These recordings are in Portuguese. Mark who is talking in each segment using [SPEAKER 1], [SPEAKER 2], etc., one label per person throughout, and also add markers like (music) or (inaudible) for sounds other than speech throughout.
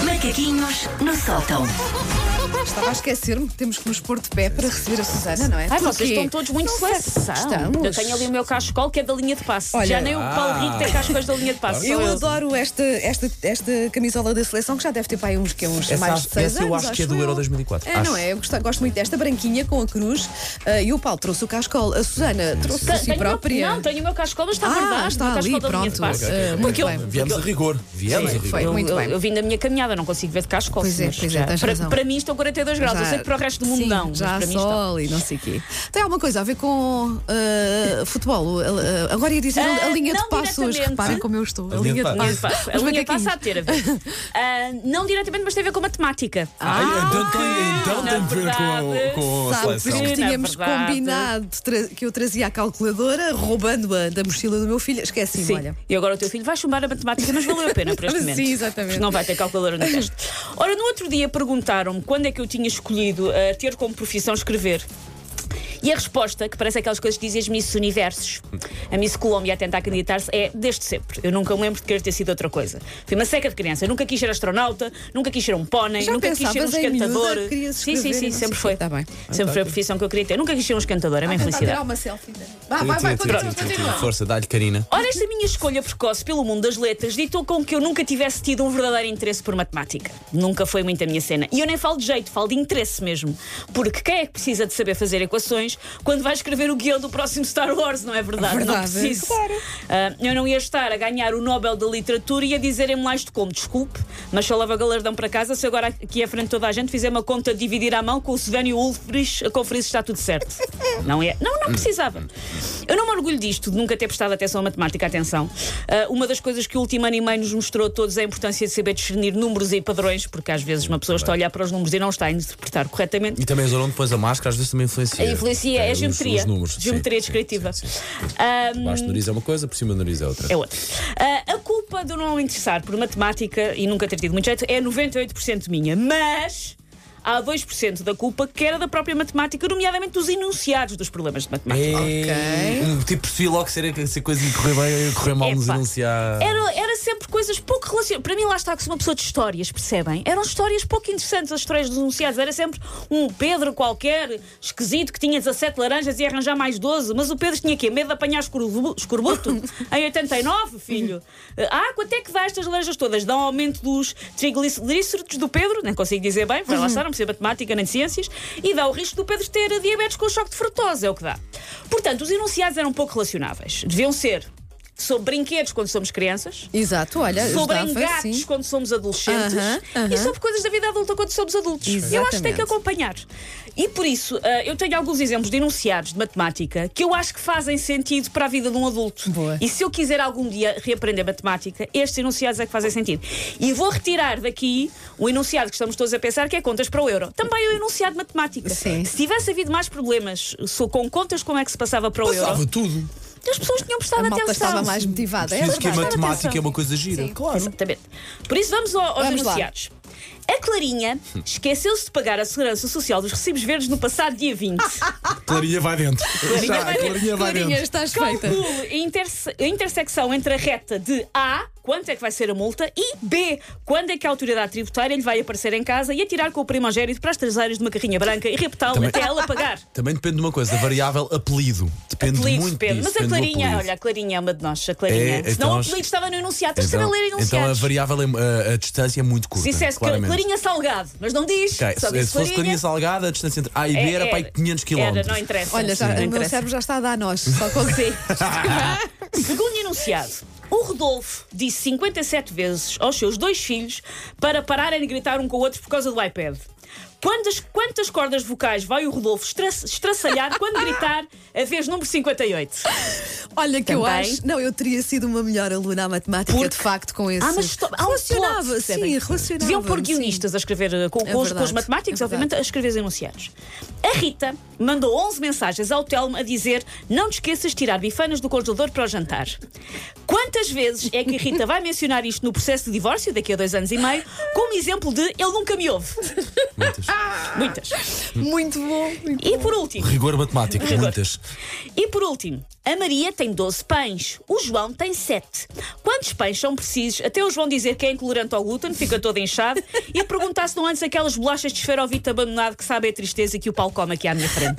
[SPEAKER 1] Macaquinhos no sótão.
[SPEAKER 2] Estava a esquecer-me que temos que nos pôr de pé para receber a Susana, não é?
[SPEAKER 3] Ai,
[SPEAKER 2] Porquê?
[SPEAKER 3] vocês estão todos muito
[SPEAKER 2] Não
[SPEAKER 3] seleção.
[SPEAKER 2] Estamos.
[SPEAKER 3] Eu tenho ali o meu cachecol que é da linha de passe.
[SPEAKER 2] Olha.
[SPEAKER 3] Já nem o Paulo Rico tem cascos da linha de passe.
[SPEAKER 2] Eu
[SPEAKER 3] sou
[SPEAKER 2] adoro esta, esta, esta camisola da seleção que já deve ter para aí uns, que é uns
[SPEAKER 4] Essa
[SPEAKER 2] mais
[SPEAKER 4] acho-
[SPEAKER 2] de seis
[SPEAKER 4] essa eu
[SPEAKER 2] anos.
[SPEAKER 4] acho que é do
[SPEAKER 2] eu.
[SPEAKER 4] Euro 2004.
[SPEAKER 2] É, não
[SPEAKER 4] Acho.
[SPEAKER 2] é? Eu gosto, gosto muito desta branquinha com a cruz eh, e o Paulo trouxe o cascol. A Susana trouxe
[SPEAKER 3] Te-
[SPEAKER 2] a si
[SPEAKER 3] tenho o meu-
[SPEAKER 2] própria.
[SPEAKER 3] não, tenho o meu cascol, mas está
[SPEAKER 2] Ah,
[SPEAKER 3] guardado.
[SPEAKER 2] está
[SPEAKER 3] o meu
[SPEAKER 2] ali,
[SPEAKER 3] cascol da linha de
[SPEAKER 2] pronto.
[SPEAKER 3] passe.
[SPEAKER 2] Ok, ok, ok.
[SPEAKER 3] Porque eu,
[SPEAKER 2] Muito bem.
[SPEAKER 4] Viemos a rigor. Viemos a
[SPEAKER 2] Sim,
[SPEAKER 4] rigor.
[SPEAKER 2] foi.
[SPEAKER 3] eu,
[SPEAKER 2] Muito
[SPEAKER 3] eu,
[SPEAKER 2] bem.
[SPEAKER 3] eu vim da minha caminhada, não consigo ver de cascol.
[SPEAKER 2] Pois é,
[SPEAKER 3] mas
[SPEAKER 2] pois é,
[SPEAKER 3] já-
[SPEAKER 2] tens
[SPEAKER 3] para,
[SPEAKER 2] razão.
[SPEAKER 3] para mim estão 42 graus. Eu sei que para o resto do mundo
[SPEAKER 2] Sim,
[SPEAKER 3] não.
[SPEAKER 2] Já
[SPEAKER 3] mas para
[SPEAKER 2] há
[SPEAKER 3] mim está.
[SPEAKER 2] sol e não sei o quê. Tem alguma coisa a ver com ah, futebol? Ah, ah, agora ia dizer a
[SPEAKER 3] Ah,
[SPEAKER 2] linha de
[SPEAKER 3] não
[SPEAKER 2] passos.
[SPEAKER 3] diretamente.
[SPEAKER 2] Reparem como eu estou.
[SPEAKER 4] A linha de
[SPEAKER 2] Ah,
[SPEAKER 3] Ninguém passa. A
[SPEAKER 2] Os
[SPEAKER 3] linha
[SPEAKER 2] macaquinhos.
[SPEAKER 3] passa a ter a ver.
[SPEAKER 2] (laughs)
[SPEAKER 3] Ah, não diretamente, mas tem a ver com matemática.
[SPEAKER 2] Ah,
[SPEAKER 4] Ai, então tem, então
[SPEAKER 3] na
[SPEAKER 4] tem a ver
[SPEAKER 3] Ah, é verdade,
[SPEAKER 4] com, com a
[SPEAKER 2] Sabes
[SPEAKER 4] seleção.
[SPEAKER 2] que
[SPEAKER 3] Sim, na
[SPEAKER 2] tínhamos
[SPEAKER 3] verdade.
[SPEAKER 2] combinado tra- que eu trazia a calculadora, roubando-a da mochila do meu filho. Esqueci-me,
[SPEAKER 3] Sim.
[SPEAKER 2] assim, olha.
[SPEAKER 3] E agora o teu filho vai chumbar a matemática, mas valeu a pena por este
[SPEAKER 2] (laughs)
[SPEAKER 3] momento.
[SPEAKER 2] Sim, exatamente.
[SPEAKER 3] Porque não vai ter calculadora no teste. Ora, no outro dia perguntaram-me quando é que eu tinha escolhido eh, ter como profissão escrever. E a resposta, que parece aquelas coisas que dizem as Miss Universos, a Miss Colômbia a tentar candidatar-se, é desde sempre. Eu nunca me lembro de querer ter sido outra coisa. Fui uma seca de criança. Eu nunca quis ser astronauta, nunca quis ser um pônei,
[SPEAKER 2] Já
[SPEAKER 3] nunca quis ser um
[SPEAKER 2] pensavas em miúda
[SPEAKER 3] escantador.
[SPEAKER 2] que querias
[SPEAKER 3] sim, sim,
[SPEAKER 2] escrever e
[SPEAKER 3] sim,
[SPEAKER 2] não
[SPEAKER 3] sempre
[SPEAKER 2] sei
[SPEAKER 3] foi.
[SPEAKER 2] o quê. Tá bem. Ah, então
[SPEAKER 3] Sempre foi a profissão que eu queria ter. Nunca quis ser um escantador, é uma infelicidade.
[SPEAKER 2] uma selfie. né?
[SPEAKER 3] Ah,
[SPEAKER 2] Vai, vai, vai,
[SPEAKER 4] Tira, tira,
[SPEAKER 2] continua,
[SPEAKER 4] tira, tira.
[SPEAKER 2] continua.
[SPEAKER 4] Força, dá-lhe Karina.
[SPEAKER 3] Ora, esta minha escolha precoce pelo mundo das letras ditou com que eu nunca tivesse tido um verdadeiro interesse por matemática. Nunca foi muito a minha cena. E eu nem falo de jeito, falo de interesse mesmo. Porque quem é que precisa de saber fazer equações quando vai escrever o guião do próximo Star Wars, não é verdade?
[SPEAKER 2] Verdade,
[SPEAKER 3] não preciso.
[SPEAKER 2] claro.
[SPEAKER 3] Ah, eu não ia estar a ganhar o Nobel da Literatura e a dizerem-me lá isto como, desculpe, mas só leva galardão para casa se agora aqui à frente de toda a gente fizer uma conta de dividir à mão com o Sudânio Ulfris a conferir se está tudo certo. Não é? Não, não precisava. Eu não me orgulho disto, de nunca ter prestado atenção à matemática, atenção. Ah, uma das coisas que o último ano e meio nos mostrou a todos é a importância de saber discernir números e padrões, porque às vezes uma pessoa está a olhar para os números e não está a interpretar corretamente.
[SPEAKER 4] E também a zona onde pões a máscara às vezes também influencia.
[SPEAKER 3] A influencia é a
[SPEAKER 4] os-
[SPEAKER 3] geometria.
[SPEAKER 4] Os números. Sim,
[SPEAKER 3] Geometria
[SPEAKER 4] sim,
[SPEAKER 3] descritiva.
[SPEAKER 4] sim, sim, sim.
[SPEAKER 3] Ah,
[SPEAKER 4] Baixo do nariz é uma coisa, por cima do nariz é outra.
[SPEAKER 3] é outra. Ah, a culpa de eu não me interessar por matemática e nunca ter tido muito jeito é 98% minha, mas. Há 2% da culpa que era da própria matemática, nomeadamente dos enunciados dos problemas de matemática.
[SPEAKER 4] É Um tipo de logo ser, ser coisa de correr bem e correr mal nos
[SPEAKER 3] Epá.
[SPEAKER 4] enunciar.
[SPEAKER 3] Era, era sempre coisas pouco relacionadas. Para mim, lá está que sou uma pessoa de histórias, percebem? Eram histórias pouco interessantes, as histórias dos anunciados. Era sempre um Pedro qualquer, esquisito, que tinha 17 laranjas e ia arranjar mais 12. Mas o Pedro tinha quê? Medo de apanhar escorbu- escorbuto? em 89, filho. Ah, quanto é que dá estas laranjas todas? Dá um aumento dos triglicéridos do Pedro, nem consigo dizer bem, vai lá estar, não percebo matemática nem de ciências, e dá o risco do Pedro ter diabetes com choque de frutose, é o que dá. Portanto, os enunciados eram pouco relacionáveis. Deviam ser sobre brinquedos quando somos crianças,
[SPEAKER 2] Exato, olha,
[SPEAKER 3] sobre
[SPEAKER 2] ajudava,
[SPEAKER 3] engates
[SPEAKER 2] Ah, sim.
[SPEAKER 3] quando somos adolescentes
[SPEAKER 2] Aham, aham.
[SPEAKER 3] e sobre coisas da vida adulta quando somos adultos. Eu acho que tem
[SPEAKER 2] Exatamente.
[SPEAKER 3] que acompanhar. E por isso, ah, eu tenho alguns exemplos de enunciados de matemática que eu acho que fazem sentido para a vida de um adulto.
[SPEAKER 2] Boa.
[SPEAKER 3] E se eu quiser algum dia reaprender matemática, estes enunciados é que fazem sentido. E vou retirar daqui o enunciado que estamos todos a pensar, que é contas para o euro. Também é o enunciado de matemática.
[SPEAKER 2] Sim.
[SPEAKER 3] Se tivesse havido mais problemas so- com contas, como é que se passava para o
[SPEAKER 4] Passava
[SPEAKER 3] euro?
[SPEAKER 4] tudo.
[SPEAKER 3] As pessoas tinham
[SPEAKER 2] A
[SPEAKER 3] prestado
[SPEAKER 2] malta
[SPEAKER 3] atenção.
[SPEAKER 2] estava mais motivada. É
[SPEAKER 4] Diz que a
[SPEAKER 2] verdade.
[SPEAKER 4] matemática é uma coisa gira. Claro.
[SPEAKER 3] Exatamente. Por isso, vamos ao- aos
[SPEAKER 2] Vamos lá.
[SPEAKER 3] anunciados. A Clarinha esqueceu-se de pagar a segurança social dos recibos verdes no passado dia 20.
[SPEAKER 2] (laughs) Ah,
[SPEAKER 4] Clarinha vai dentro.
[SPEAKER 3] Clarinha
[SPEAKER 4] Já,
[SPEAKER 3] vai dentro.
[SPEAKER 4] Clarinha vai
[SPEAKER 2] Clarinha,
[SPEAKER 4] dentro.
[SPEAKER 2] estás feita.
[SPEAKER 3] Calcule a, interse- a intersecção entre a reta de A, quanto é que vai ser a multa, e B, quando é que a autoridade tributária lhe vai aparecer em casa e atirar com o primogênito para as traseiras de uma carrinha branca e repetá-lo
[SPEAKER 4] Também-
[SPEAKER 3] até ela pagar.
[SPEAKER 4] Também depende de uma coisa, da variável apelido. (laughs) Depende
[SPEAKER 3] Apelido,
[SPEAKER 4] muito
[SPEAKER 3] depende.
[SPEAKER 4] disso,
[SPEAKER 3] Mas a
[SPEAKER 4] depende do
[SPEAKER 3] Clarinha,
[SPEAKER 4] apelido.
[SPEAKER 3] olha, a Clarinha é uma de nós, a Clarinha.
[SPEAKER 4] É,
[SPEAKER 3] Senão
[SPEAKER 4] então
[SPEAKER 3] o
[SPEAKER 4] as-
[SPEAKER 3] apelido estava no enunciado, tens de saber ler enunciados.
[SPEAKER 4] então a variável, é- a, a distância é muito curta.
[SPEAKER 3] Se dissesse que
[SPEAKER 4] claramente.
[SPEAKER 3] Clarinha é Salgado, mas não diz.
[SPEAKER 4] Ok,
[SPEAKER 3] só
[SPEAKER 4] Se,
[SPEAKER 3] diz
[SPEAKER 4] se fosse Clarinha Salgada, a distância entre A e B
[SPEAKER 3] É,
[SPEAKER 4] era
[SPEAKER 3] é,
[SPEAKER 4] para aí 500 km.
[SPEAKER 3] Era, não interessa.
[SPEAKER 2] Olha, já,
[SPEAKER 3] Não
[SPEAKER 2] o é meu
[SPEAKER 3] interessa.
[SPEAKER 2] cérebro já está a dar nós. Só com
[SPEAKER 3] Sim. (laughs) Segundo enunciado, o Rodolfo disse 57 vezes aos seus dois filhos para pararem de gritar um com o outro por causa do iPad. Quantas, quantas cordas vocais vai o Rodolfo estra estraçalhar quando gritar a vez número 58?
[SPEAKER 2] (laughs) Olha que eu
[SPEAKER 3] Também.
[SPEAKER 2] acho. Não, eu teria sido uma melhor aluna à matemática,
[SPEAKER 3] Porque-
[SPEAKER 2] de facto, com esse.
[SPEAKER 3] Ah, mas to- há um plot,
[SPEAKER 2] relacionava, sim,
[SPEAKER 3] percebem?
[SPEAKER 2] relacionava.
[SPEAKER 3] Deviam pôr guionistas a escrever eh, com,
[SPEAKER 2] É
[SPEAKER 3] com os, com
[SPEAKER 2] verdade,
[SPEAKER 3] os matemáticos,
[SPEAKER 2] é
[SPEAKER 3] obviamente, a escrever os enunciados. A Rita mandou 11 mensagens ao Telmo a dizer: Não te esqueças de tirar bifanas do congelador para o jantar. Quantas vezes é que a Rita vai mencionar isto no processo de divórcio, daqui a dois anos e meio, como exemplo de ele nunca me ouve? então.
[SPEAKER 4] Muitas.
[SPEAKER 3] Muitas.
[SPEAKER 2] Muito bom.
[SPEAKER 3] E por último,
[SPEAKER 4] Rigor matemático, muitas.
[SPEAKER 3] e por último, A Maria tem 12 pães, o João tem 7. Quantos pães são precisos? Até o João dizer que é intolerante ao glúten, fica todo inchado, e perguntar se não antes aquelas bolachas de esferovite abandonado que sabem a tristeza que o Paulo come aqui à minha frente.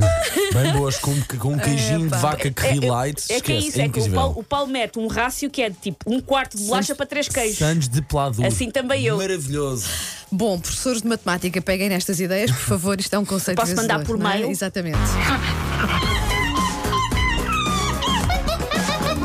[SPEAKER 4] Bem boas, com, com um queijinho de vaca que relite.
[SPEAKER 3] É que é
[SPEAKER 4] esquece,
[SPEAKER 3] isso, é, que o
[SPEAKER 4] incrível.
[SPEAKER 3] Paulo, o Paulo mete um rácio que é de tipo um quarto de bolacha
[SPEAKER 4] Sandes-
[SPEAKER 3] para três queijos.
[SPEAKER 4] Sandes de peladura.
[SPEAKER 3] Assim também eu.
[SPEAKER 4] Maravilhoso.
[SPEAKER 2] Bom, professores de matemática, peguem nestas ideias, por favor. Isto é um conceito
[SPEAKER 3] Posso mandar
[SPEAKER 2] vencedor,
[SPEAKER 3] por
[SPEAKER 2] não é?
[SPEAKER 3] mail?
[SPEAKER 2] Exatamente.